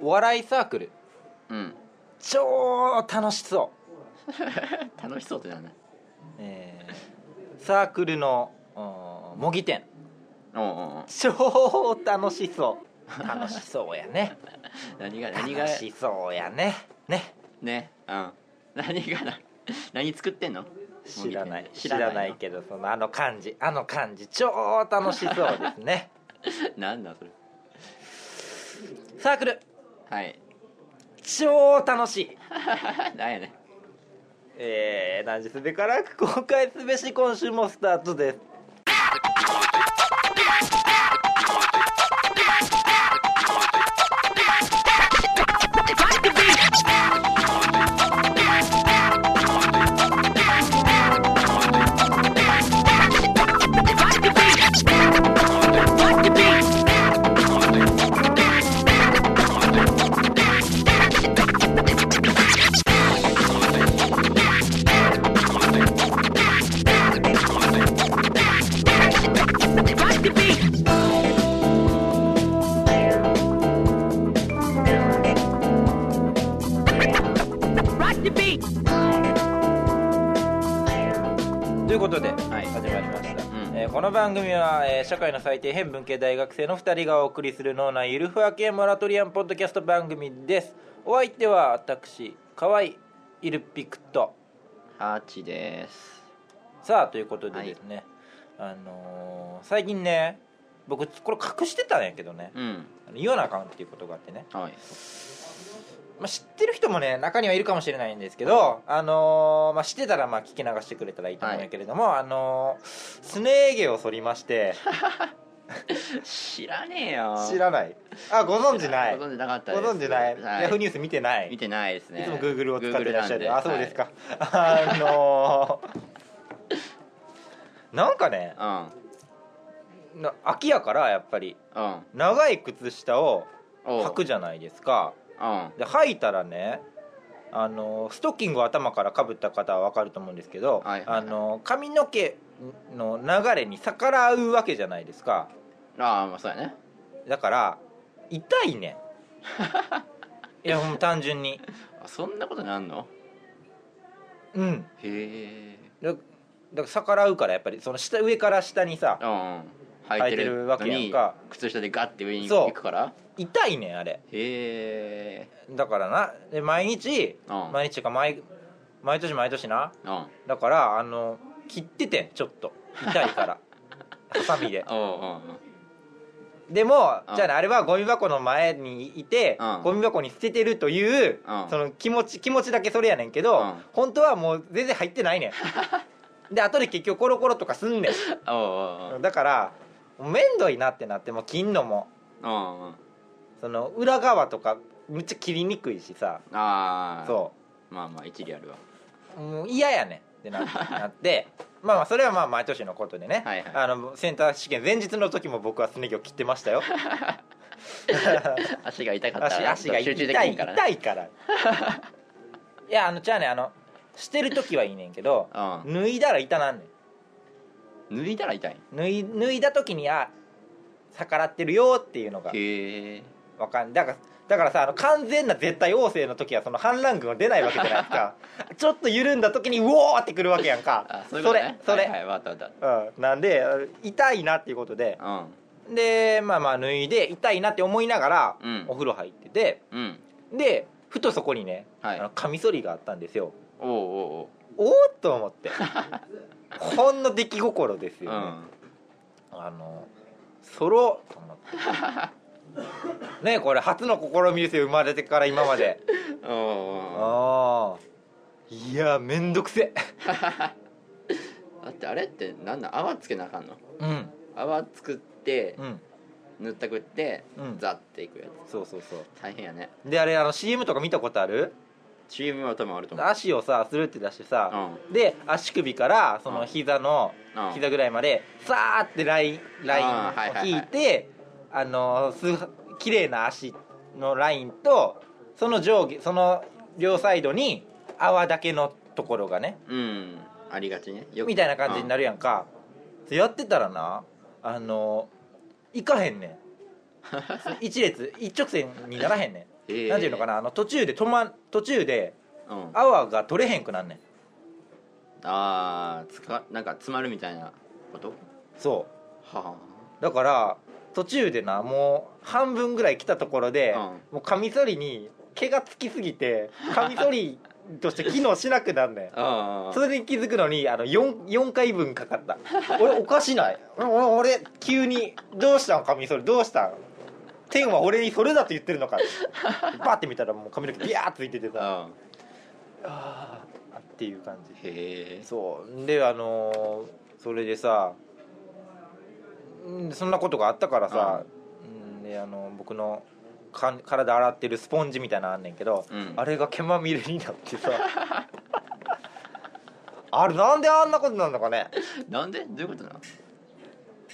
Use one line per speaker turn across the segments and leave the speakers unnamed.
お笑いサークル
うん
超楽しそ
楽しそうってなんだ
う、えーサークルのうん模擬店
おうおうおう
超楽しそう楽しそうやね
何が何が
楽しそうやねね
ねうん 何がな何作ってんの
知らない知
知
ら
ら
な
ないい
けどそのあの感じあの感じ超楽しそうですね
なんだそれ
サークル
はい
超楽しい
なんやね
えー、何時すべから公開すべし今週もスタートですということで、
い
始まりました、
うん
えーこの番組は、えー社会の最底辺文系大学生の2人がお送りする脳内ゆるふわ系モラトリアンポッドキャスト番組ですお相手は私河合イルピクト
ハチです
さあということでですね、あのー最近ね僕これ隠してたんやけどね
うん
あの言わなあかんっていうことがあってね、
はい
まあ、知ってる人もね中にはいるかもしれないんですけど、あのーまあ、知ってたらまあ聞き流してくれたらいいと思うんやけれども、あのーすね毛を剃りまして
知らねえよ
知らないあご存知ない
ご
ご
存知なかったです
存知ない、
は
ヤフー
い、
ニュース見てない
見
い
てないですね
つもグーグルを使ってらっしゃ
Google
る
なん
あそうですか、あのーなんかね
はい
な秋やからやっぱり
うんうん
長い靴下を
おう
履くじゃないですか
うん
で履いたらねあのストッキングを頭からかぶった方は分かると思うんですけど、
はいはいはい
あの髪の毛の流れに逆らうわけじゃないですか
ああまあそうやね
だから痛い ねんいやもう単純に
あそんなことなんの
うん
へえ
だだから逆らうからやっぱりその下上から下にさ
うんうん履
履い
いてる
てるわけやんか
のに靴下でガッて上に
そう
行くから
痛いねんあれ
へえ
だからなで毎日
うん
毎日か毎毎年毎年な
うん
だからあの切っててんちょっと痛いからハサミで
おうおうおう
でも
うん
じゃあねあれはゴミ箱の前にいて
うん
ゴミ箱に捨ててるという
うん
その気持ち気持ちだけそれやねんけど
うん
本当はもう全然入ってないね んで後で結局コロコロとかすんね
おうおうおうん
だからもうめんどいなってなってもう切んのも
うんうん
その裏側とかむっちゃ切りにくいしさ
ああ
そう
まあまあ一理あるわ
うもう嫌やねんってななってまあまあそれはまあ毎年のことでね、
はいはい
あのセンター試験前日の時も僕はすね毛を切ってましたよ
足が痛かった
足
ら
足が痛
集
い
中できへんから
痛
ね
いから いやあのじゃあねあのしてる時はいいねんけど脱いだら痛なんね
うん脱いだら痛い
ん脱い脱いだ時にあ逆らってるよっていうのが
へえ
わかんだからだからさあの完全な絶対陽性の時はその反乱軍は出ないわけじゃないです かちょっと緩んだ時にうおーってくるわけやんか
あそういう
そ
こと
れ
ね
それ、
はいはいわかったわかっ
うん、なんで痛いなっていうことで
たうん
でまあまあ脱いで痛いなって思いながら、
うん
お風呂入ってて
うん
でふとそこにね、
はい
あのカミソリがあったんですよ
おうおう
おおっと思 ってほんの出来心です
おうう
よね、
ん
あのソロと思って ねこれ初の試みですよ生まれてから今まで
おうおうおう
ああいやめんどくせ
だってあれってなんなん泡つけなあかんの
うん
泡作って
うん
塗ったくって
うん
ザッていくや
そうそうそう
つ大変やね
であれあの CM とか見たことある
チームは多分あると思う
足をさスルって出して
う
さ、
ん
で足首からその
うん
膝の
うん
膝ぐらいまでさーってラインラインを
あーはいはいはい
引いてあのす綺麗な足のラインとその上下その両サイドに泡だけのところがね
うんありがちねよく
みたいな感じにな
る
るやんか、でやってたらな あの行かへんねん一列一直線にならへんね
へー
なんていうのかなあの途中で止ま途中で
うんあ
泡が取れへんくなんねん
あーつかなんか詰まるみたいなこと
そ
は
うだから途中でなもう半分ぐらい来たところで、
うん
もうカミソリに毛がつきすぎ てカミソリとして機能しなくなんねん
ああ
そ
ー
れに気づくのにあの 4, 4回分かかった俺おかしない俺俺急に「どうしたんカミソリどうしたん天は俺にそれだと言ってるのか」バーって見たらもう髪の毛ビャーついててさ
あ
あーっていう感
ーへえ
じそうであのーそれでさうんそんなことがあったからさ、うん、であの僕のか体洗ってるスポンジみたいなのあんねんけど、
うん
あれが毛まみれになってさ あれなんであんなことなんのかね
なんでどういうことなの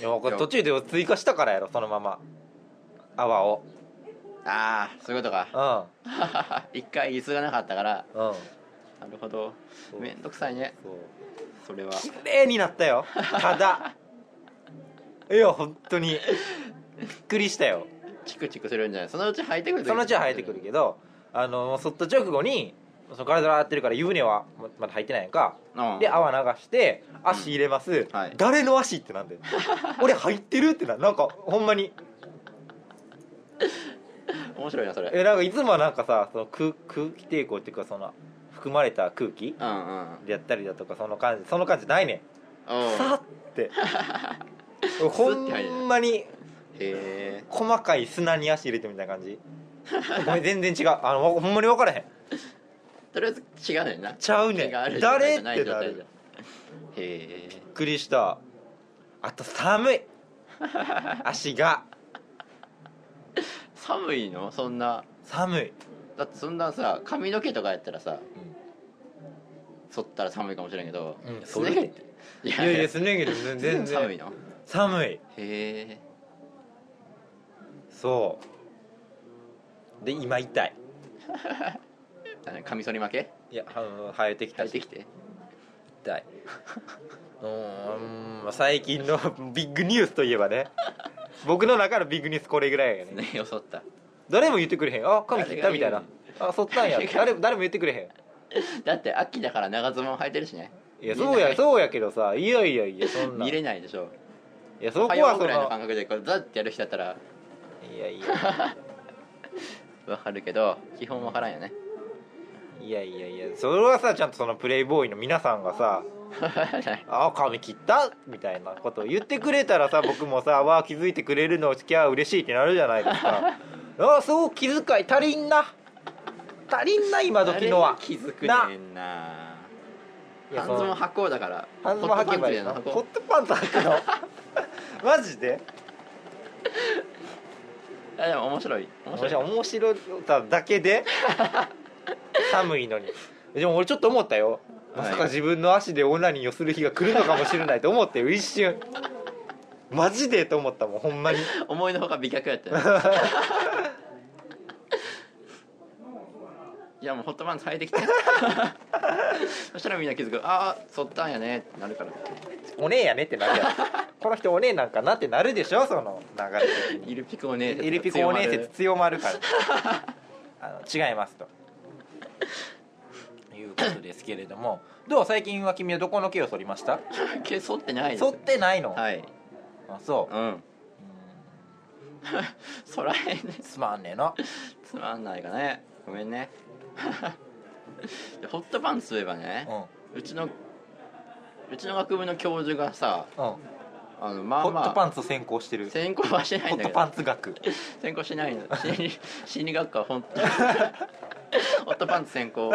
いやこれ途中で追加したからやろそのまま泡を
ああそういうことか
う
一回椅子がなかったから
んうん
なるほど
そう
めんどくさいね
そう
それは
綺麗になったよただいや本当にびっくりしたよ
チクチクするんじゃないそのうち生えてくる
そのうちは生えてくるけどあの剃った直後にその体洗ってるから湯船はままだ入ってないやんか
うん
で泡流して足入れます、
はい
誰の足ってなんで俺入ってるってななんかほんまに
面白いなそれ
えなんかいつもはなんかさその空空気抵抗っていうかその含まれた空気
うんうん
でやったりだとかその感じその感じないねんさ
うん
って俺ほんまに
へえ
細かい砂に足入れてみたいな感じごめん全然違うあのわほんまに分からへん
とりあえず違うねんな
ちゃうね
違
ん
うある
誰っ
じゃない
て
じゃ
な
ない
る
じ
び
ゃ
っ
ないへえ
くりしたあと寒 い足が
寒いのそんな
寒い、
だってそんなさ髪の毛とかやったらさ剃ったら寒いかもしれんけど、
うん
すね毛ってい
いやいやすね毛でも全然
寒いの
寒い
へえ
そうで今痛い
カミソリ負け
いやあの生えてき
生
た
え
して
きて
痛いう ーん最近のビッグニュースといえばね僕の中のビッグニュースこれぐらいやね
ねを剃った
誰も言ってくれへんあ髪切ったみたい
誰が
なあそったんや
誰が
誰も誰も言ってくれへ
だって秋だから長ズボン履いてるしね
んいやそうやそうやけどさいやいやいやそんな
見
い
れないでしょ
やそこ
早
は
う
そ
ぐらいの
の
感覚でこれザッてやる人だったら
いやいや
わかるけど基本わからんよね
いやいやいやそれはさちゃんとそのプレイボーイの皆さんがさ「あ髪切った」みたいなことを言ってくれたらさ 僕もさ「わあ気づいてくれるのきゃ嬉しい」ってなるじゃないです かあそう気遣い足りんな足りんな今時の
誰
は
も気づく
な
ねんない
や
半
その
ズボン履こうだから
半ズボン履けばいい
ホ
の
ットパンツやな
ホットパンツ履くの マジで
あでも面白い面白い
面白さだけ で寒いのにでも俺ちょっと思ったよ
は
ま
い
さか自分の足でオナニーをする日が来るのかもしれないと思ってよ一瞬マジでと思ったもんほんまに
思いのほか美脚やっ たよいやもうホットパンツ履いてきてそしたらみんな気づくああ剃ったんやねってなるから
おねえやねってなるやんこの人おねえなんかなってなるでしょその流れ的に
イルピコおねえ
エリピコおねえ説強まるからあの違いますということですけれどもどう最近は君はどこの毛を剃りました
毛剃ってないです
剃ってないの、
はい
あそう、
うん そらへんね
つまんねえな
つまんないかねごめんね でホットパンツといえばね
う、
うちのうちの学部の教授がさ
んうん
あのまあ
ホ
ま
ッ
あ
トパンツ先行してる
専攻はしてない
ホ
ん
ッ
だ
ト
けど
パンツ学
専攻してない の心理心理学科は本当にホットパンツ 専攻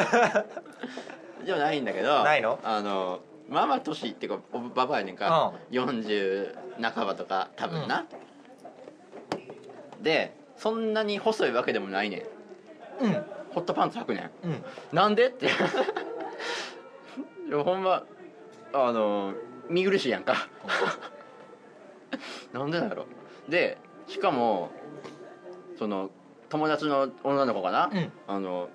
ではないんだけど
ないの
あのまあまあ年っていうかおばばやねんか、40半ばとか多分な、でそんなに細いわけでもないねん
うん
ホットパンツ履くねん
うん
なんでっていやほんまあの見苦しいやんかなんでなんやろでしかもその友達の女の子かな、
うん
あの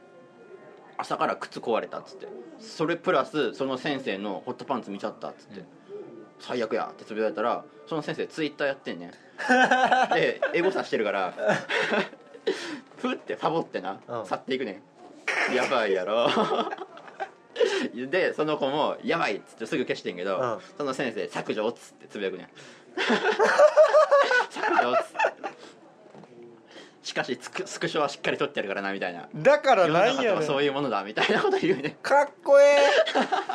朝から靴壊れたっつってそれプラスその先生のホットパンツ見ちゃったっつって、
うん
最悪やってつぶ やいたらその先生ツイッターやってんねんでエゴサしてるからふってファボってな、
うん
去っていくねんやばいやろでその子も「やばい」っつってすぐ消してんけど、
うん
その先生「削除」っつってつぶやくねん削除っつってしかしつくスクショはしっかり取ってやるからなみたいな
だから
世の
なん
中と
や
は
ねん
そういうものだみたいなこと言うね
かっこえ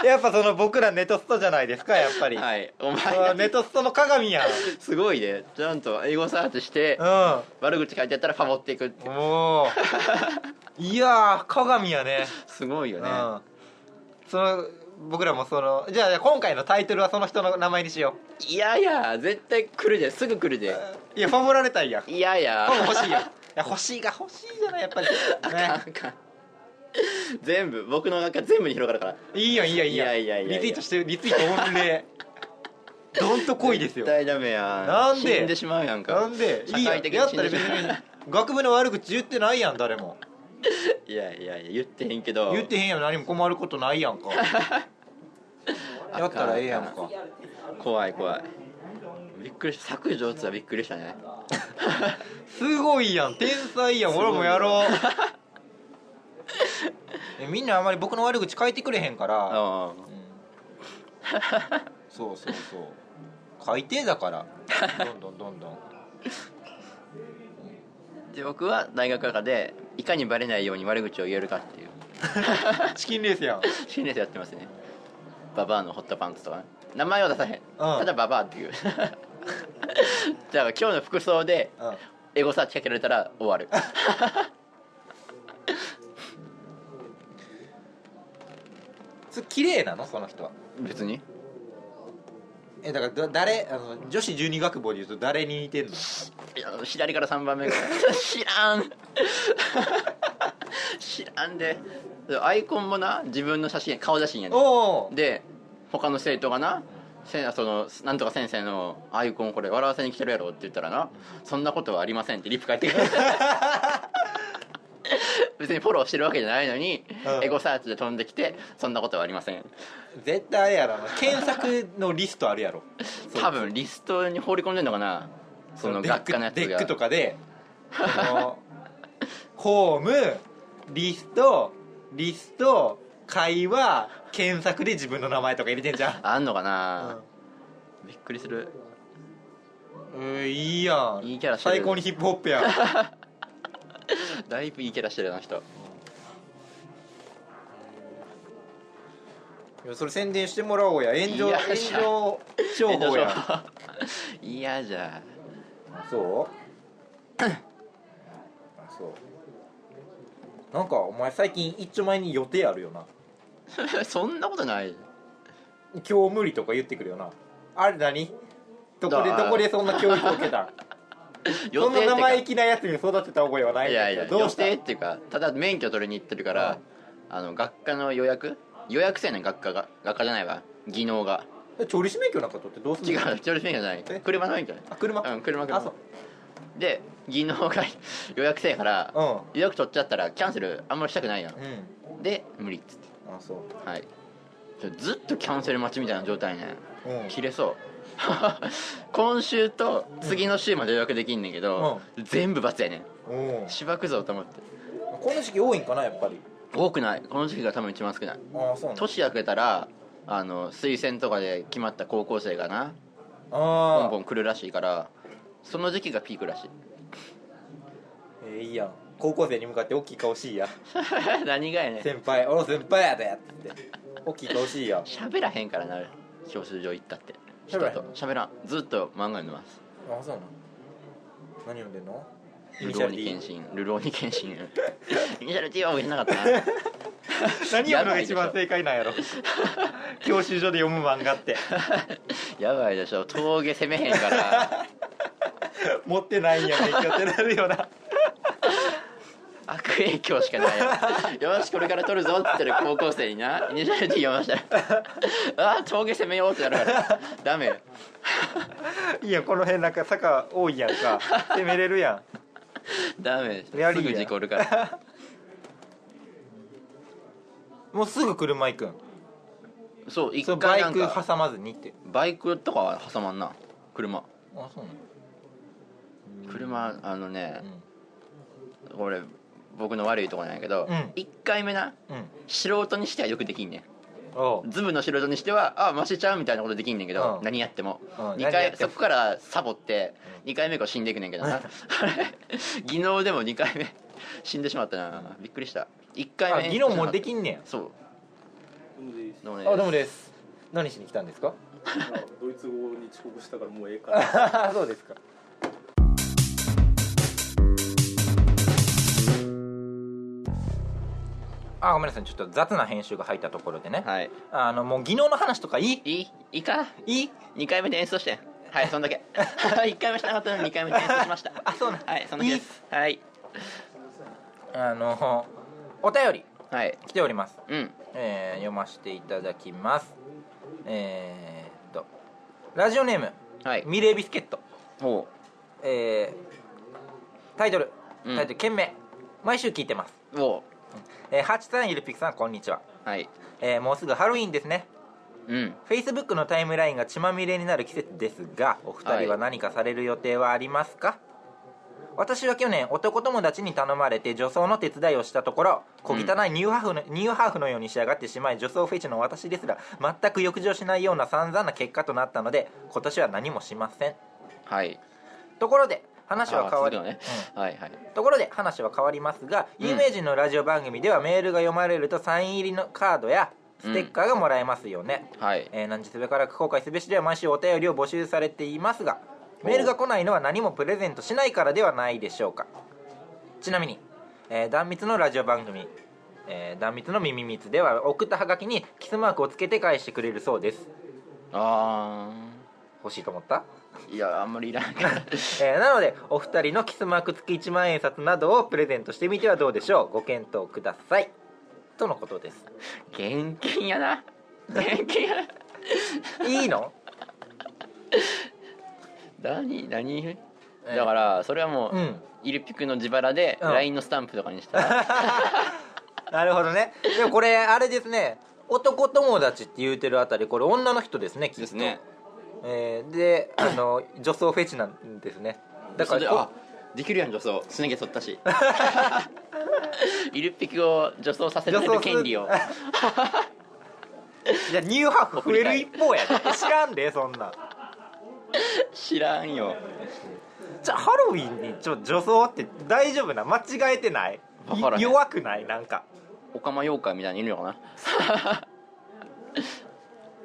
えやっぱその僕らネトストじゃないですかやっぱり、
はいお
あ
前
ー
だ
ネ
け
トストの鏡やん
すごいねちゃんと英語サーチして
う
悪口書いてやったらファボっていくって
んもういやー鏡やね
すごいよね、
うんその僕らもそのじゃあじゃあ今回のタイトルはその人の名前にしよ
いやいや絶対来るですぐ来るで
ういやファボられたいやん
いやいや
ファボ 欲しいやんいや欲しいが欲しいじゃないやっぱり、
あかんあ
ね、
かん全部僕の中全部に広がるから
いいよいいよいいよ
いやいやいやいや
リツイートしてリツイート御 礼どんとこいですよ
絶対ダメや
な
ん
んで
死んでしまうやんか
なんでいいや
社会的に
やったら別
死んでし
に
まう
学部の悪口言ってないやん誰も
いやいやいや言ってへんけど
言ってへんやん何も困ることないやん かやったらええやんか
怖い怖いびっくりした削除っつはびっくりし たね
すごいやん天才やん
すごい
俺もや ろうえみんなあんまり僕の悪口書いてくれへんから、
あ
うんそうそうそう書いてだからどんどんどん どん
あで僕は大学の中でいかにバレないように悪口を言えるかっていう
チキンレースやん
新年生やってますねババアのホットパンツとかね名前は出さへん、ただババアっていうじゃあ今日の服装で
うん
エゴサーチかけられたら終わる
それ綺麗なのその人は
別に
えだからだ誰あの女子十二学部でいうと誰に似てんの
いや左から3番目ぐらい知らん知らんでアイコンもな自分の写真顔写真やね
おお
で他の生徒がなせそのなんとか先生のアイコンこれ笑わせに来てるやろって言ったらな「そんなことはありません」ってリプ書いてく る別にフォローしてるわけじゃないのに、
うん
エゴサーチで飛んできて「そんなことはありません
絶対あれやろな検索のリストあるやろ」
多分リストに放り込んでんのかな その
デック
学科のやつが
デックとか でそのホームリストリスト会話検索で自分の名前とか入れてんじゃ
あんのか
ん、
な、びっくりする
うん、うんいいやん
いいキャラしてる
最高にヒップホップや ん
だいぶいいキャラしてるよあの人
いやそれ宣伝してもらおうや炎
い
上
や
炎上情報やん
いやじゃ
そうあそうなんかお前最近一丁前に予定あるよな
あそんなことない
今日無理とか言ってくるよなあれ何どこで
だ
どこでそんな教育を受け たんそんな生意気なやつに育てた覚えはない
い
んだ
や
け
い
ど
や
ど
予
うした
定っていうかただ免許取りに行ってるから、あの学科の予約予約制ねん学科が学科じゃないわ技能が
え調理師免許なんか取ってどうす
違
るの
う調理師免許じゃない
え
車の免許ね
あ車
うん車車
あそう
で技能が 予約制やから、
う
予約取っちゃったらキャンセルあんまりしたくないやん、
うん
で無理っつって
あそ
はいちょずっとキャンセル待ちみたいな状態ね
ううん
切れそう 今週と次の週まで予約できんねんけど、全部罰やねん
うん
しばくぞと思って
この時期多いんかなやっぱり
多くないこの時期が多分一番少ない
あそうなんだ
年明けたらあの推薦とかで決まった高校生がなポン
あ
ポン来るらしいからその時期がピーク らしい
ーえーいいやん高校生に向かって大きい顔しいや
何がやねん
先輩お先輩やでって大きい顔しいや
喋らへんからな教習所行ったって人
喋らへん
と喋らんずっと漫画読んでます
あそうなの何読んでんのイ
ル
ニ
ロ
シャ
ー
ル
ニ
D
ケンシンルローニケンシン イニシャル T は覚えてなかったな
何読むの
や
が
ばいでし
一
ょ
番正解なんやろ教習所で読む漫画って
やばいでしょ峠攻めへんから
持ってないんや勉強ってなるよな
悪影響しかない よよしこれから取るぞって言ってる高校生になイニシャル T 読ましたら ああ峠攻めようってなるからダメよ
いいやんこの辺なんか坂多いやんか攻めれるや
ダメ
やり
す
や
ぐ事故 るから
んもうすぐ車行くん
そう一
そのバ
回
イ
なん
ク
か
挟まずにって
バイクとかは挟まんな車
あそうなの
車あのね
うん
これ僕の悪いところなんやけど、
うん
一1回目な
うん
素人にしてはよくできんねん
おう
ズブの素人にしてはあマシちゃうみたいなことできんねんけど、
うん
何やっても、
うん何
二
やっ
回
ても
そこからサボって
う
2回目から死んでいくねんけどなあれ 技能でも2回目死んでしまったなびっくりした1回
あ
目
議論もで
き
きんね
そうどうも
ん
ね
あどうもです何しに来たんですか
ドイツ語に遅刻したからもうええ か
そうですかあごめんなさいちょっと雑な編集が入ったところでね、
はい
あのもう技能の話とかいい
いいいいか
いい
2回目で演奏してんはいそんだけ1 回目しなかったのに2回目で演奏しました
あそうなん
はいそんだけですはい
あのお便り
はい
来ております、
うん
えー読ませていただきますえー、っとラジオネーム
はい
ミレービスケット
ほ
えータイトル
うん
タイトル「件名」毎週聞いてます、
うほ
えー、ハチさんゆるピクさんこんにちは、
うはい
えーもうすぐハロウィーンですね
うん
フェイスブックのタイムラインが血まみれになる季節ですがお二人は何かされる予定はありますか、私は去年男友達に頼まれて女装の手伝いをしたところ小汚いニューハーフの、ニューハーフのように仕上がってしまい女装フェチの私ですら全く浴場しないような散々な結果となったので今年は何もしません
はい
ところで話は変わ
あ
り、
ー続くのね
うん
はいはい
ところで話は変わりますが
うん
有名人のラジオ番組ではメールが読まれるとサイン入りのカードやステッカーがもらえますよね、
はい
えー何日すべからく公開すべしでは毎週お便りを募集されていますがメールが来ないのは何もプレゼントしないからではないでしょうかちなみに、えー断密のラジオ番組「えー断密の耳密」では送ったハガキにキスマークをつけて返してくれるそうです
あ
欲しいと思った
ーいやあんまりいらん から
えーなのでお二人のキスマーク付き1万円札などをプレゼントしてみてはどうでしょうご検討くださいとのことです
現金やな現金やない
いの
何何、
え
だからそれはもう、
うん
イルピクの自腹で
うん
LINE のスタンプとかにしたら、
なるほどねでもこれあれですね男友達って言うてるあたりこれ女の人 ですねきっと
ですね
えーであの 女装フェチなんですねだか
それで
ら
あ
こ
できるやん女装すね毛剃っ たしイルピクを女装させられる権利を
女装 いやニューハーフ増える一方やで知らんでそんなん
知らんよ
じゃあハロウィンにちょ女装って大丈夫な間違えてない
わからへん
弱くないなんか
オカマ妖怪みたいにいるの か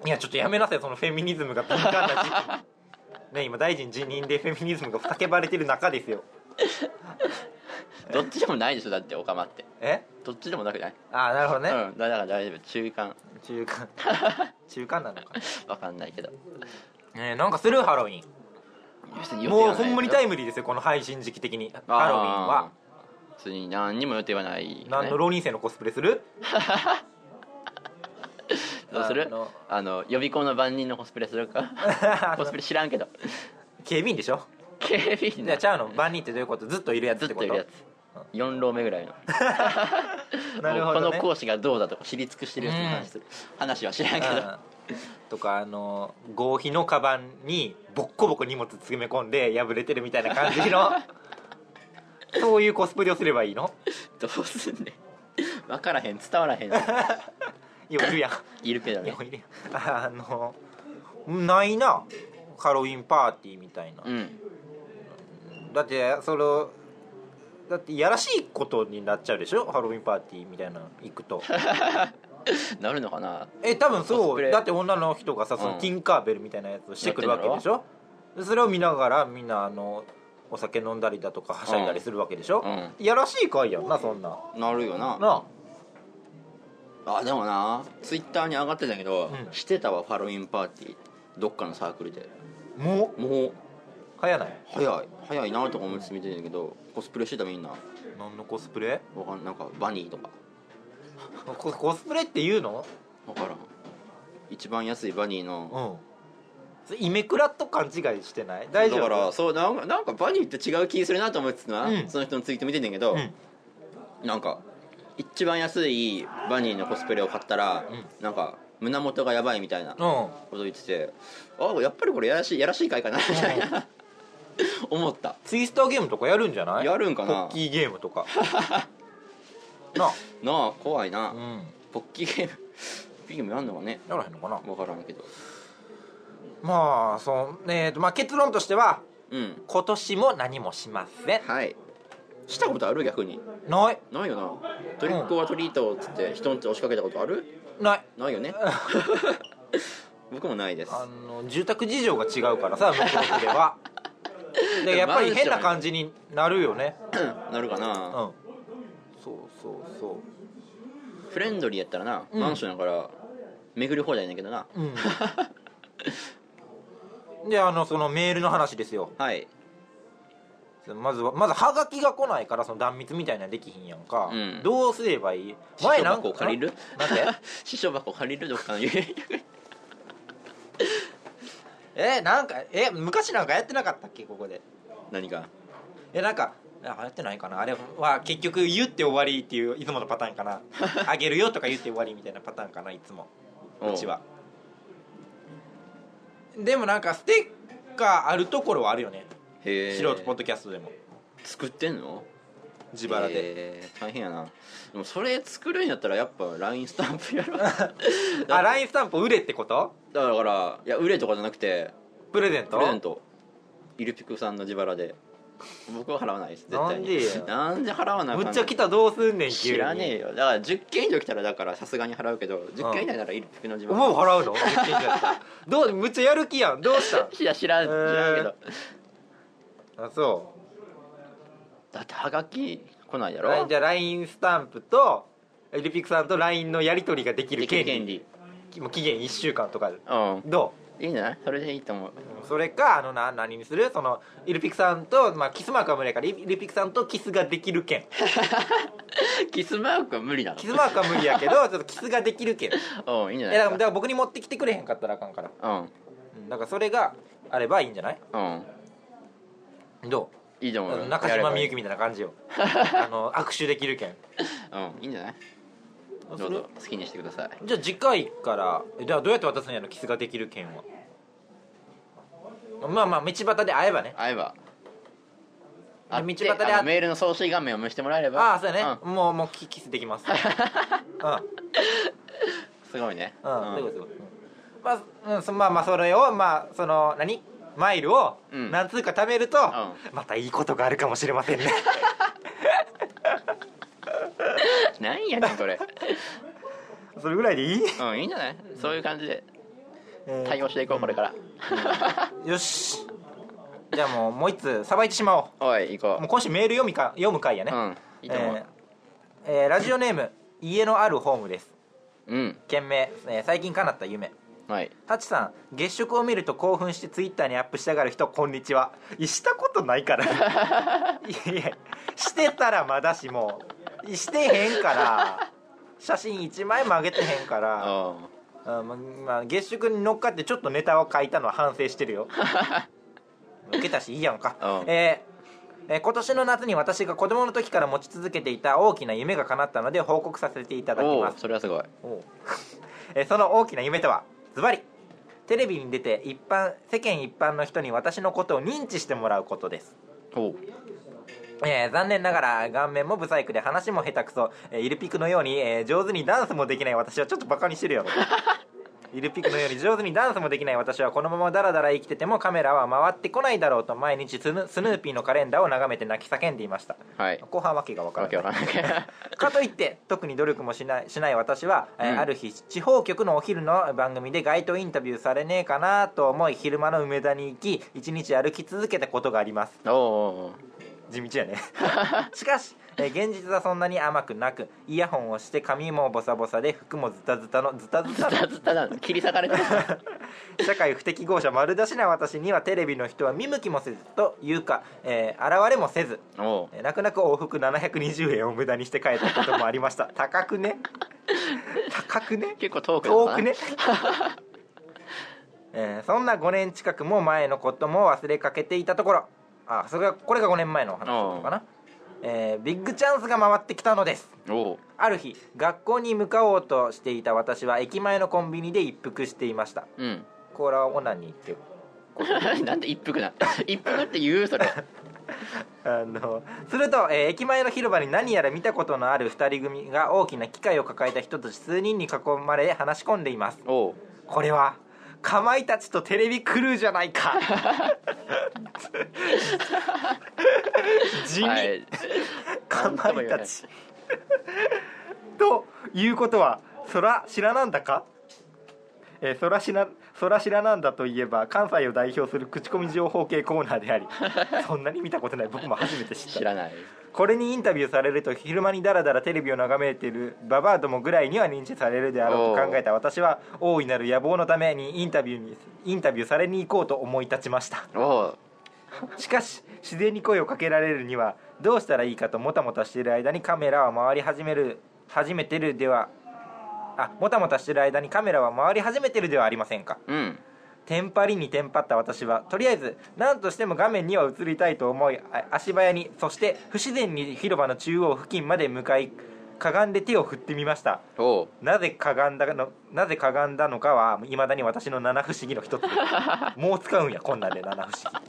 いやちょっとやめなさいそのフェミニズムが敏感な時 期ね今大臣辞任でフェミニズムが叫ばれてる中ですよ
などっちでもないでしょだってオカマって
え
どっちでもなくない、
ああなるほどね、
うんだから大丈夫中間
中 間中間なのか、
わかんないけど
えー、なんかするハロウィン
別に予定は
も
な
う
いけど
ほんまにタイムリーですよこの配信時期的にハロウィンは
あー別に何にも予定はない、ね、
何の浪人生のコスプレする
どうする
あ
あ
の
の予備校の番人のコスプレする かコスプレ知らんけど
警備員でしょ
警備員
じゃ
の
あちゃうの万人ってどういうことずっといるやつ
ず
っ
って
こと
といるやつ4浪目ぐらいの
なるほどね
もうこの講師がどうだとか知り尽くしてるやつの話する、話は知らんけど
うんとかあの合皮のカバンにボッコボコ荷物詰め込んで破れてるみたいな感じ のそういうコスプレをすればいいの
どうすんねん分からへん伝わらへん
いやいるやん
いるけど
いや
ね
いるやんあのないなハロウィンパーティーみたいな、
うん
だってそれをだってやらしいことになっちゃうでしょハロウィンパーティーみたいなの行くと
なるのかな
え多分
コス
そ
プ
う
レ
だって女の人がさその
うん
ティンカーベルみたいなやつをしてくるわけでしょそれを見ながらみんなあのお酒飲んだりだとかはしゃいだりするわけでしょ、
う
やらしい会やんなそんな
なるよな
な
あでもなツイッターに上がってたけど、
うん
してたわハロウィンパーティーどっかのサークルで
あもう
もう
はやない
早い早いなとか思いつつ見てるんだけどコスプレしてたみんな
何のコスプレ
わかんなんかバニーとか
ココスプレっていうの
わからん一番安いバニーの
うんそれイメクラと勘違いしてない大丈夫
だからそうなんかなんかバニーって違う気するなと思ってたな、
うん
その人のツイート見てんねんけど、
うん
なんか一番安いバニーのコスプレを買ったら、
う
なんか胸元がやばいみたいなこ
うん
と言っててあやっぱりこれやらしいやらしい回かなみたいな 思った
ツイスターゲームとかやるんじゃない
やるんかな
ポッキーゲームと かな
なあ怖い
あ
な、
うん
ポッキーゲームポッキーゲームやんのかね
やらへんのかな
分からんけど
まあそうえーとまあ、結論としては
うん
今年も何もしません
はいしたことある逆に
ない
ないよなトリックはトリートっつって人んち押しかけたことある
ない
ないよね 僕もないです
あの住宅事情が違うからさ向こうで はでやっぱり変な感じになるよね
なるか
うん
な、
そうそうそ
フレンドリーやったらな、
うん
マンションやから巡り放題やねんけどな、
ううんであのそのメールの話ですよ
はい
まずはまずはがきが来ないからその断密みたいなのできひんやんか、
うん
どうすればいい
師
前
匠
なん
箱
か
を借りる
ななんで
師匠箱を借りるどっかの
えなんかえ昔なんかやってなかったっけここで
何か
えなんかあやってないかなあれは結局言って終わりっていういつものパターンか なあげるよとか言って終わりみたいなパターンかないつも
お
うちはでもなんかステッカーあるところはあるよね、
へえ
素人ポッドキャストでも
作ってんの
自腹で、
へー大変やなでもそれ作るんやったらやっぱ LINE スタンプやろ
あ LINE スタンプ売れってこと
だからいや売れとかじゃなくて
プレゼント
プレゼントイルピクさんの自腹で僕は払わないです絶対
なん
に
でや
なんで払わなあかん
む
の
っちゃ来たらどうすんねん急に
知らねえよだから10件以上来たらだからさすがに払うけど10件以内ならイルピクの自
も
腹
う払うの 言ってんじゃったどうむっちゃやる気やんどうしたん
いや知らん知らんけど
あそ
だってハガキ来ないや
うはい
ろ
じゃあ LINE スタンプとエルピクさんと LINE のやり取りができる
できる
権利
権利
もう期限1週間とかで
うん
ど
いいんじゃないそれでいいと思う
うそれかあのな何にするそのイルピクさんと、まあ、キスマークは無理やからイルピクさんとキスができる 券
キスマークは無理なの
キスマークは無理やけどちょっとキスができる券
うんいいんじゃ
え
な
だか
い
らだから僕に持ってきてくれへんかったらあかんから
うん
うんだからそれがあればいいんじゃない
うん
ど
いいと
う
思うよ
中
やれ
島
ば
み
いい
ゆきみたいな感じよ あの握手できる券
うんいいんじゃないどうぞ好きにしてください
じゃあ次回からえじゃあどうやって渡すんやろキスができる券はまあまあ道端で会えばね
会えば
あ
会って
道端で会っ
あのメールの送信画面を見せてもらえれば
ああそうやね、
ん
もうもうキキスでき ますう
すごいね
んうん、すごいすごい、うんまあ、うん、そまあまあそれをまあその何マイルを
うん
何通か貯めると、
う
またいいことがあるかもしれませ んね
なんやねんこれ
それぐらいでいい、
うんいいんじゃないそういう感じで
えー
対応していこうこれから
よしじゃあもうもう一つさばいてしまおう
おい行こ
もう今週メール読みか読む回や
う
ね、
うんいいと思う
えーえーラジオネーム家のあるホームです
うん
件名、えー最近叶った夢
はい
タチさん月食を見ると興奮してツイッターにアップしたがる人こんにちはいしたことない からいやいやしてたらまだしもいしてへんから写真1枚も上げてへんから
あ
あままあ、月食に乗っかってちょっとネタを書いたのは反省してるよ受けたしいいやんか、
うん
えーえー今年の夏に私が子供の時から持ち続けていた大きな夢が叶ったので報告させていた
あ
だき
お
ま
お
す
それはすごい
おう えその大きな夢とはズバリテレビに出て一般世間一般の人に私のことを認知してもらうことです、
おお
えー残念ながら顔面も不細工で話も下手くそ、えーイルピクのように、えー上手にダンスもできない私はちょっとバカにしてるや ろイルピクのように 上手にダンスもできない私はこのままダラダラ生きててもカメラは回ってこないだろうと毎日スヌスヌーピーのカレンダーを眺めて泣き叫んでいました
はい
後半わけが分から
わ
ない
けわからん
かといって特に努力もしないしない私は、えー
うん
ある日地方局のお昼の番組で街頭インタビューされねえかなと思い昼間の梅田に行き一日歩き続けたことがあります
おお
地道やね しかし、えー現実はそんなに甘くなくイヤホンをして髪もボサボサで服もズタズタのズタズタ
ず
の
たずただ切り裂かれてる
社会不適合者丸出しな私にはテレビの人は見向きもせずというか、えー現れもせず
おお
えー泣く泣く往復720円を無駄にして帰ったこともありました高く ね高くね
結構遠くなの
遠
かな
くね えーそんな5年近くも前のことも忘れかけていたところあそれがこれが5年前のお話だったのかな、えービッグチャンスが回ってきたのです
おお
ある日学校に向かおうとしていた私は駅前のコンビニで一服していました
うん
これはオナニーってこ
なんで一服な一服って言うそれ
とあのすると、えー駅前の広場に何やら見たことのある2人組が大きな機械を抱えた人たち数人に囲まれ話し込んでいます
おう
これはかまいたちとテレビクルーじゃないか地味、
はい
かまいたちということはそら知らなんだかえー、そらしなそらしらなんだといえば関西を代表する口コミ情報系コーナーでありそんなに見たことない僕も初めて知った
知らない
これにインタビューされると昼間にダラダラテレビを眺めているババアどもぐらいには認知されるであろうと考えた私は大いなる野望のためにインタビューにインタビューされに行こうと思い立ちました
おう
しかし自然に声をかけられるにはどうしたらいいかともたもたしている間にカメラは回り始める始めてるではあもたもたしている間にカメラは回り始めてるではありませんか
うん
テンパりにテンパった私はとりあえず何としても画面には映りたいと思いあ足早にそして不自然に広場の中央付近まで向かいかがんで手を振ってみました
おう
なぜかがんだのなぜかがんだのかはいまだに私の七不思議の一つですもう使うんやこんなんで七不思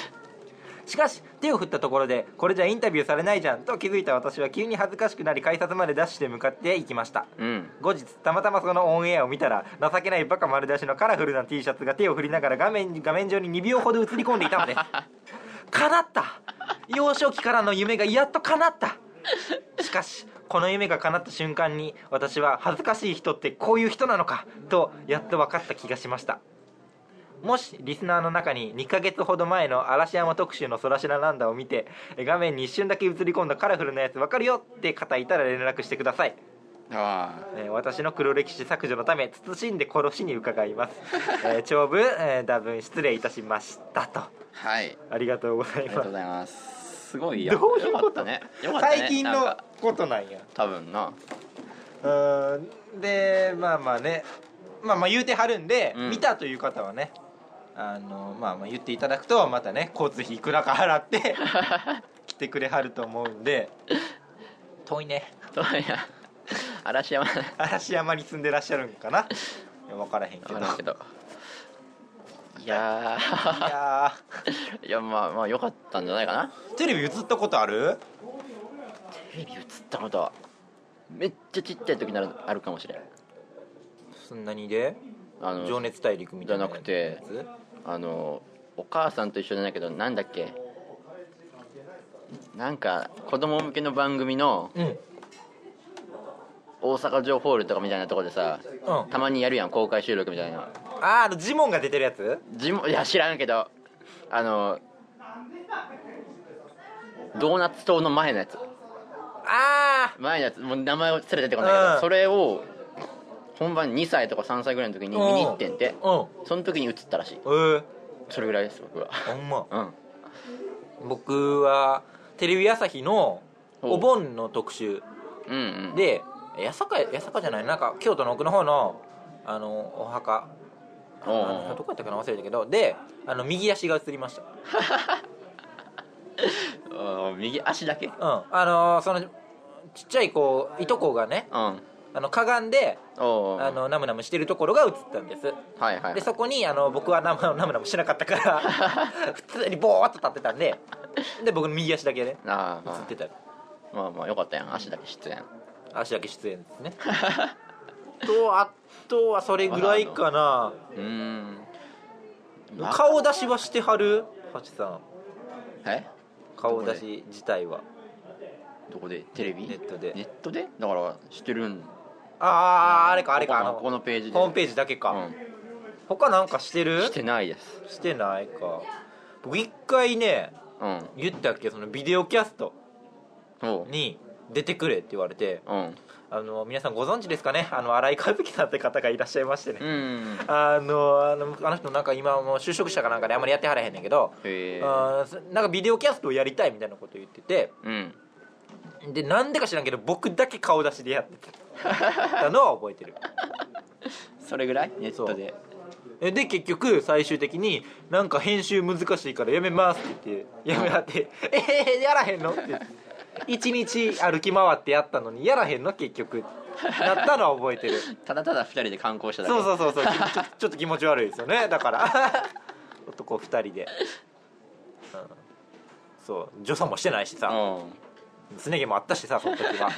議しかし手を振ったところでこれじゃインタビューされないじゃんと気づいた私は急に恥ずかしくなり改札までダッシュで向かっていきました
うん
後日たまたまそのオンエアを見たら情けないバカ丸出しのカラフルな T シャツが手を振りながら画面画面上に2秒ほど映り込んでいたのです叶った幼少期からの夢がやっと叶ったしかしこの夢が叶った瞬間に私は恥ずかしい人ってこういう人なのかとやっと分かった気がしましたもしリスナーの中に2ヶ月ほど前の嵐山特集の「そらしらランダ」を見て画面に一瞬だけ映り込んだカラフルなやつ分かるよって方いたら連絡してください
あ
えー私の黒歴史削除のため慎んで殺しに伺い ます、えー長文、えー多分失礼いたしましたと
あはい
ありがとうござい
ありが
ま
とうご
す
ざいますすごいや
どういう
よ
こ
かった
と、
ねよかったね
最近
なん
の
か
ことなんや
多分な
うーんでまあまあねまあまあ言うてはるんで、
うん
見たという方はねあのまあまあ言っていただくとまたね交通費いくらか払って 来てくれはると思うんで遠いね
そうや嵐山分
嵐山に住んでらっしゃるんかないや分からへんけ
か
ど
んないけどいや
いやー
ーいやまあまあよかったんじゃないかな
テレビ映ったことある
テレビ映ったことはめっちゃちっちゃい時ならあるかもしれん
そんなにで
あの
情熱大陸みたいな
じゃなくて
や
あのお母さんと一緒じゃないけどなんだっけなんか子供向けの番組の
つうんうん
大阪城ホールとかみたいなとこでさ
あ
たまにやるやん公開収録みたいな
ーあのジモンが出てるやつ
地元いや知らんけどあのドーナツ島の前のやつ
あ
前のやつもう名前を連れてってこないけど、
うん
それを本番2歳とか3歳ぐらいの時に見に行ってんて
あうん
その時に映ったらしい
え
それぐらいです僕は
えほんま
うん
僕はテレビ朝日の
お
お盆の特集
うんうん
で八坂八坂じゃないなんか京都の奥の方のあのお墓
おう
あのどこやったかな忘れたけどであの右足が映りました
おう右足だけうん
うんあのーそのちっちゃい子いとこがねあのかがんで
おう
あのナムナムしてるところが映ったんです
はいはい
でそこにあの僕はナムナムナムナムしなかったから 普通にボーっと立ってたんでで僕の右足だけね
ああ
映ってた
まあまあよかったやん足だけ出演
足だけ出演ですね とあとはそれぐらいかな
うーんまあ
顔出しはしてはるハチさん
え
顔出し自体は
どこでテレビ
ネットで
ネットでだから知ってるん
あああれかあれかあ
こ
の
このこのページで
ホームページだけか、
うん
他なんかしてる
してないです
してないか僕一回ね
うん
言ったっけそのビデオキャスト
おう
に出てくれって言われて
うん
あの皆さんご存知ですかねあの新井和樹さんって方がいらっしゃいましてね、
うん
あのあのあの人なんか今もう就職者かなんかであんまりやってはらへんねんけど、
へえ
あーそなんかビデオキャストをやりたいみたいなこと言ってて
うん
でなんでか知らんけど僕だけ顔出しでやって たのは覚えてる
それぐらいネットで
えで結局最終的になんか編集難しいからやめますって言ってやめはって「えー、やらへんの?」って言って一日歩き回ってやったのにやらへんの結局なったのは覚えてる
ただただ二人で観光しただけ
そうそうそうそうちょちょっと気持ち悪いですよねだから お男2人で、うん、そう女装もしてないしさすね毛もあったしさその時 は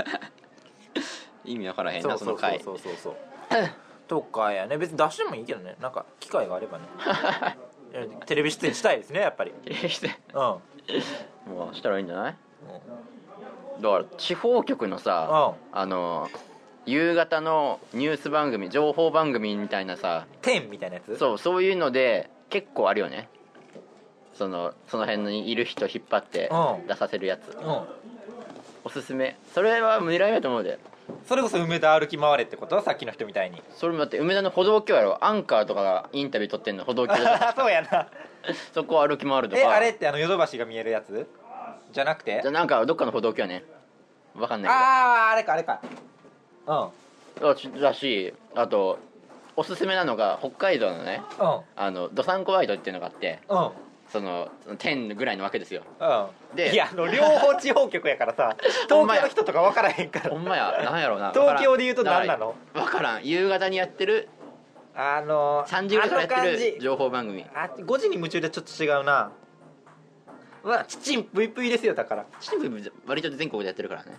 うん意味わからへん
そ
な
う
そ
そ
の
うそう
回
そうそうそう とかやね別に出してもいいけどねなんか機会があれ ばねいやテレビ出演したいですねやっぱり
綺麗して
うんうん
もうしたらいいんじゃないだから地方局のさ
うん
あの夕方のニュース番組情報番組みたいなさ
天みたいなやつう
そうそういうので結構あるよねそのその辺にいる人引っ張って
うん
出させるやつ
ん
おすすめそれは狙い目だと思うで
それこそ梅田歩き回れってことさっきの人みた いに
それもだって梅田の歩道橋やろアンカーとかがインタビュー撮ってんの歩道 橋で
そうやな
そこ歩き回るとか
えあれってあのヨドバシが見えるやつじゃなくて
じゃあなんかどっかの歩道橋やねわかんない
ああーあれかあれかう
けどあちだしあとおすすめなのが北海道のね
んうん
あのドサンコワイドっていうのがあって
うん
そのその10ぐらいのわけで すよ
うん
で
いやあの両方地方局やから さ
ほん
東
まや
京の人とか分からへんか
ほ
ら
んまやなんやろうな
東京で言うと何なの
分からん夕方にやってる
あのー、
3時ぐらいからやってる
あ
情報番組
の感じあ5時に夢中でちょっと違うなうわちちんぷいぷいですよだから
チティンプイ割と全国でやってるからね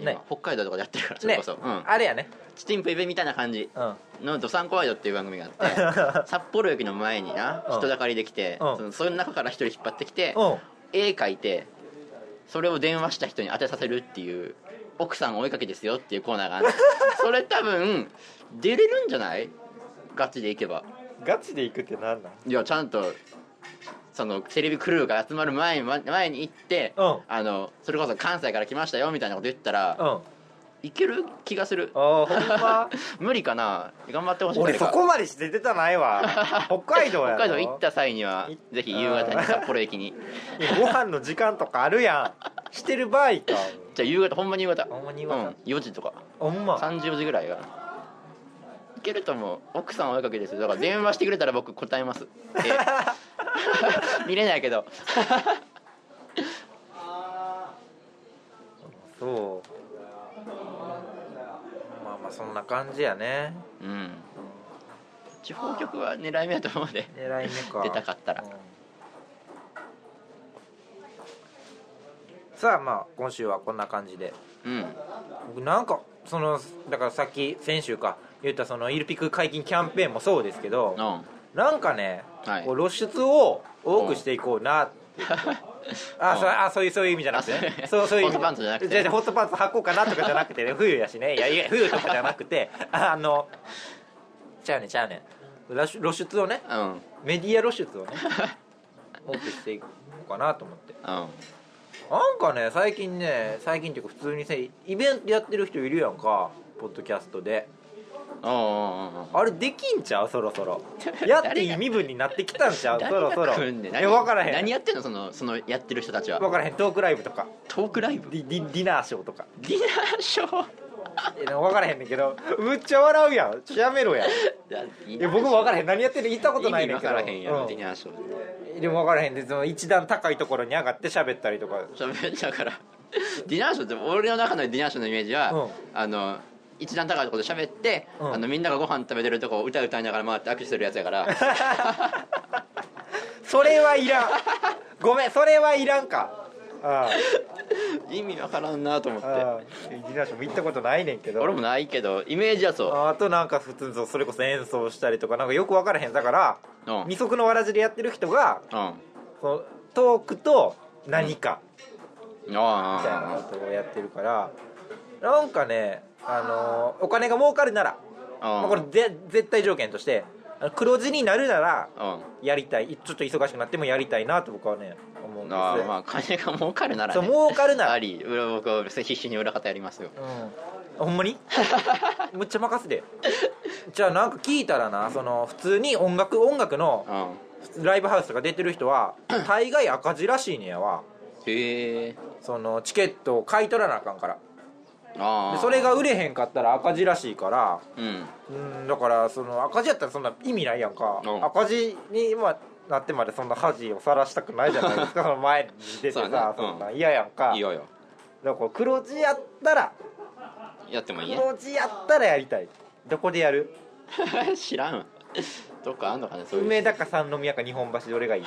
今
ね
北海道とかでやってるからそれこそ、うん、
あれやね
チティンプイベみたいな感じ
うん
の「ドサンコワイド」っていう番組があって 札幌駅の前にな
うん
人だかりできて、
うん
そのその中から一人引っ張ってきて、
うん
絵描いてそれを電話した人に当てさせるっていう奥さん追いかけですよっていうコーナーが あるそれ多分出れるんじゃないガチでいけば
ガチで行くって何なん
いやちゃんとそのテレビクルーが集まる前にま前に行って、
うん
あのそれこそ関西から来ましたよみたいなこと言ったら、
うん
いける気がする
ああほんま
無理かな頑張ってほし い
俺
誰
そ
か
こまでして出たない わ北海道や
北
ろ
海道行った際にはいぜひ夕方に札幌駅に
いやご飯の時間とかあるやんしてる場合か
じゃあ夕方ほんまに夕方
ほんまに夕方
うん、4時とか
ほんま
3時4時ぐらいかないけると思う奥さん追いかけですよだから電話してくれたら僕答えますえ え見れないけど
そうまあまあそんな感じやね
うん地方局は狙い目だと思うで
狙い目か
出たかったら
うんさあまあ今週はこんな感じで
うん
僕なんかそのだからさっき先週か言ったそのイルピク解禁キャンペーンもそうですけど
うん
なんかね、
はい
こう露出を多くしていこうなっ ていうことあ
うん
そあそういうそういう意味じゃなくて、ね
あ、そ
そ
う
うそういう意味
ホットパンツじゃなくて
じゃあじゃあホットパンツ履こうかなとかじゃなくてね冬やしねいや いや冬とかじゃなくてあのちゃうねちゃうね露出露出をね
うんうん
メディア露出をね多くしていこうかなと思ってなんかね最近ね最近っていうか普通にせイベントやってる人いるやんかポッドキャストで
うんうんうん
あれできんちゃうそろそろ やっていい身分になってきたんちゃうそろそろ
誰が来んねん
え分からへん
何やってんのそのそのやってる人たちは
分からへんトークライブとか
トークライブ
ディディディナーショーとか
ディナーショー
え分からへんねんけどむっちゃ笑うやんちょやめろや
い
いや僕も分からへ
ん
ん何やってるの行ったことないねんけ
分
ど
からへんやろ、
うん
ディナーショー
でも分からへんでその一段高いところに上がって喋ったりとか
喋っちゃうからディナーショーって俺の中のディナーショーのイメージは、
うん
あの一段高いところで喋って、
うん
あのみんながご飯食べてるとこを歌歌いながら回って握手するやつやから
それはい らんごめんそれはいらんかあ
意味わからんなと思っ
あああ
て
ディナーショーも行ったことないねんけど
俺もないけどイメージはそ
ああとなんか普通にそうそれこそ演奏したりとかなんかよく分からへんだから
ううん、うん
二足のわらじでやってる人がそのトークと何か
うんあ
みたいな
あ
ことをやってるからなんかねあのーお金が儲かるならまあこれぜ絶対条件としてあの黒字になるならやりたいちょっと忙しくなってもやりたいなと僕はね思うん
うん
です
ああまあ金が儲かるなら、ね、
そう儲かるなら
あり裏僕は必死に裏方やりますよ
うん、ほんま にむっちゃ任せてじゃあなんか聞いたらなその普通に音楽音楽の
うん
ライブハウスとか出てる人 は大概赤字らしいねやわ
へえ
そのチケットを買い取らなあかんから
あ
で
あ
それが売れへんかったら赤字らしいから
うん
うんだからその赤字やったらそんな意味ないやんか、
うん
赤字にまあなってまでそんな恥をさらしたくないじゃないです かその前に出て
そ
さ
うやな
そ,、ん、な
うん
嫌やんか
いいよよ
だから黒字やったら
やってもいいね
黒字やったらやりたいどこでやる
知らんどっかあんのかなそういう
梅田か三宮か日本橋どれがいい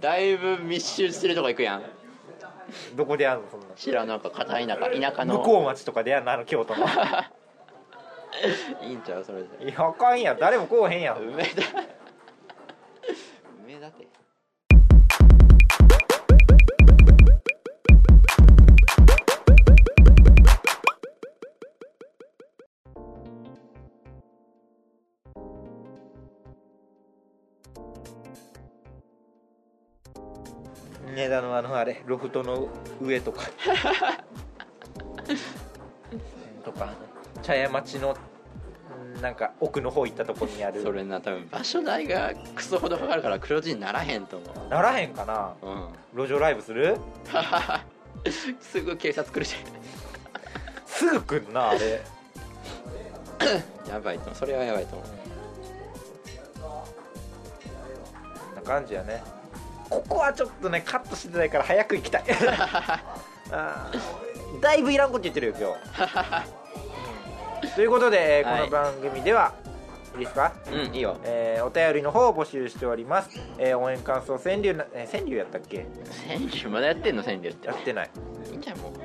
だいぶ密集してるとこ行くやん
どこでやんのそんな
知らんなんか片田舎田舎の
向こう町とかでやんのあの京都の
いいんちゃうそれで
いやあかんやん誰もこうへんやん
梅田梅田って
梅田のあのあれロフトの上 とかとか茶屋町のなんか奥の方行ったとこにあ
そ
る
れな多分場所代がクソほどかかるから黒字にならへんと思
ならへんかな
ううん
路上ライブする
すぐ警察来るじ
すぐ来んなあれ
ゃんやばいと思うそれはやばいと思う
こんな感じやねここはちょっとねカットしてないから早く行きたい あーだいぶいらんこと言ってるよ今 日、うんということで、えー
はい
この番組では、い、いですか、
うんいいよ
えーお便りの方を募集しております、えー応援感想川柳な、えー川柳やったっけ
川柳まだやってんの川柳って
やってない、
いいんじゃんもううん
うん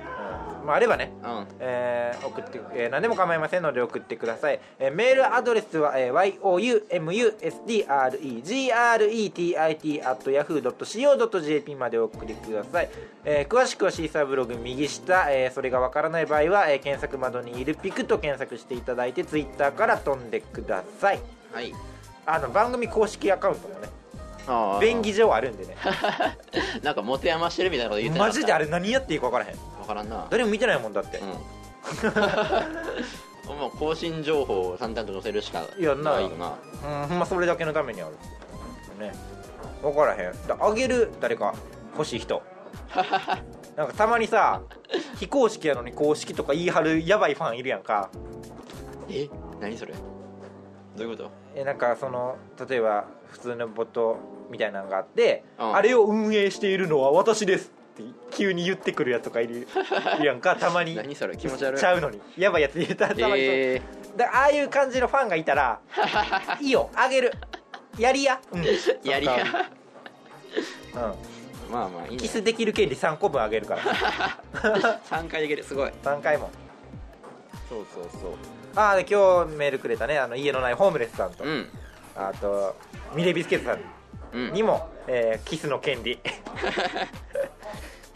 まあ、あればね
は
えー送って、えー何でも構いませんので送ってください、えーメールアドレスは、えー、youmuSDREGRETIT.yahoo.co.jp までお送りください、えー詳しくはシーサーブログ右下、えーそれがわからない場合は、えー検索窓にいるピクと検索していただいてツイッターから飛んでください
い
あの番組公式アカウントもね
ああ
便宜上あるんでね
なんか持て余してるみたいなこと言ってなか
マ
った
ジであれ何やっていいか分からへん
分からんな
誰も見てないもんだって、
うん もう更新情報を淡々と載せるしかない
いや
よ
な
な
うんほんまそれだけのためにあるね分からへんだあげる誰か欲しい 人なんかたまにさ非公式やのに公式とか言い張るやばいファンいるやんか
え何それどういうこ
えなんかその例えば普通のボットみたいなのがあって、
うん
あれを運営しているのは私ですって急に言ってくるやつとかいるいるやんかたま
と
に
何それ気持ち悪い
ちゃうのにやばいやつ言ったらたまにそう、
え
だああいう感じのファンがいた らいいよあげるやりや、うん、
ー、 やり
その
や
代わうん
まあまあいい
キ
ね
スできる権利3個分あげるから
3回できるすごい
3回も
そうそうそ
ああで今日メールくれたねあの家のないホームレスさんと、
うん
あとミレビスケットさん
うん
にも、えーキスの権 利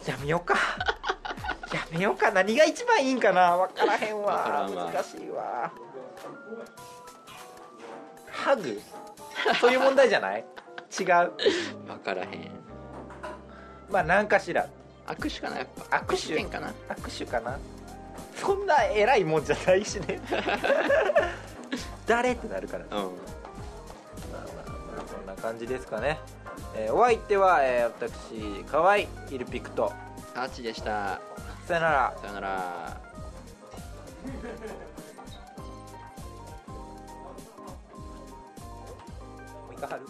やめようかやめようか何が一番いいんかな分からへん
わから
わ
んわ
難しいわハ グそういう問題じゃない違う
分からへん
まあ何かしら
握手かなやっぱ
握手
券かな
握手かなそんな偉いもんじゃないしね誰ってなるからね
うん
そんな感じですかね、えーお相手は、えー私河合イルピクと
タッチでした
さよなら
さよなら
もう一回貼る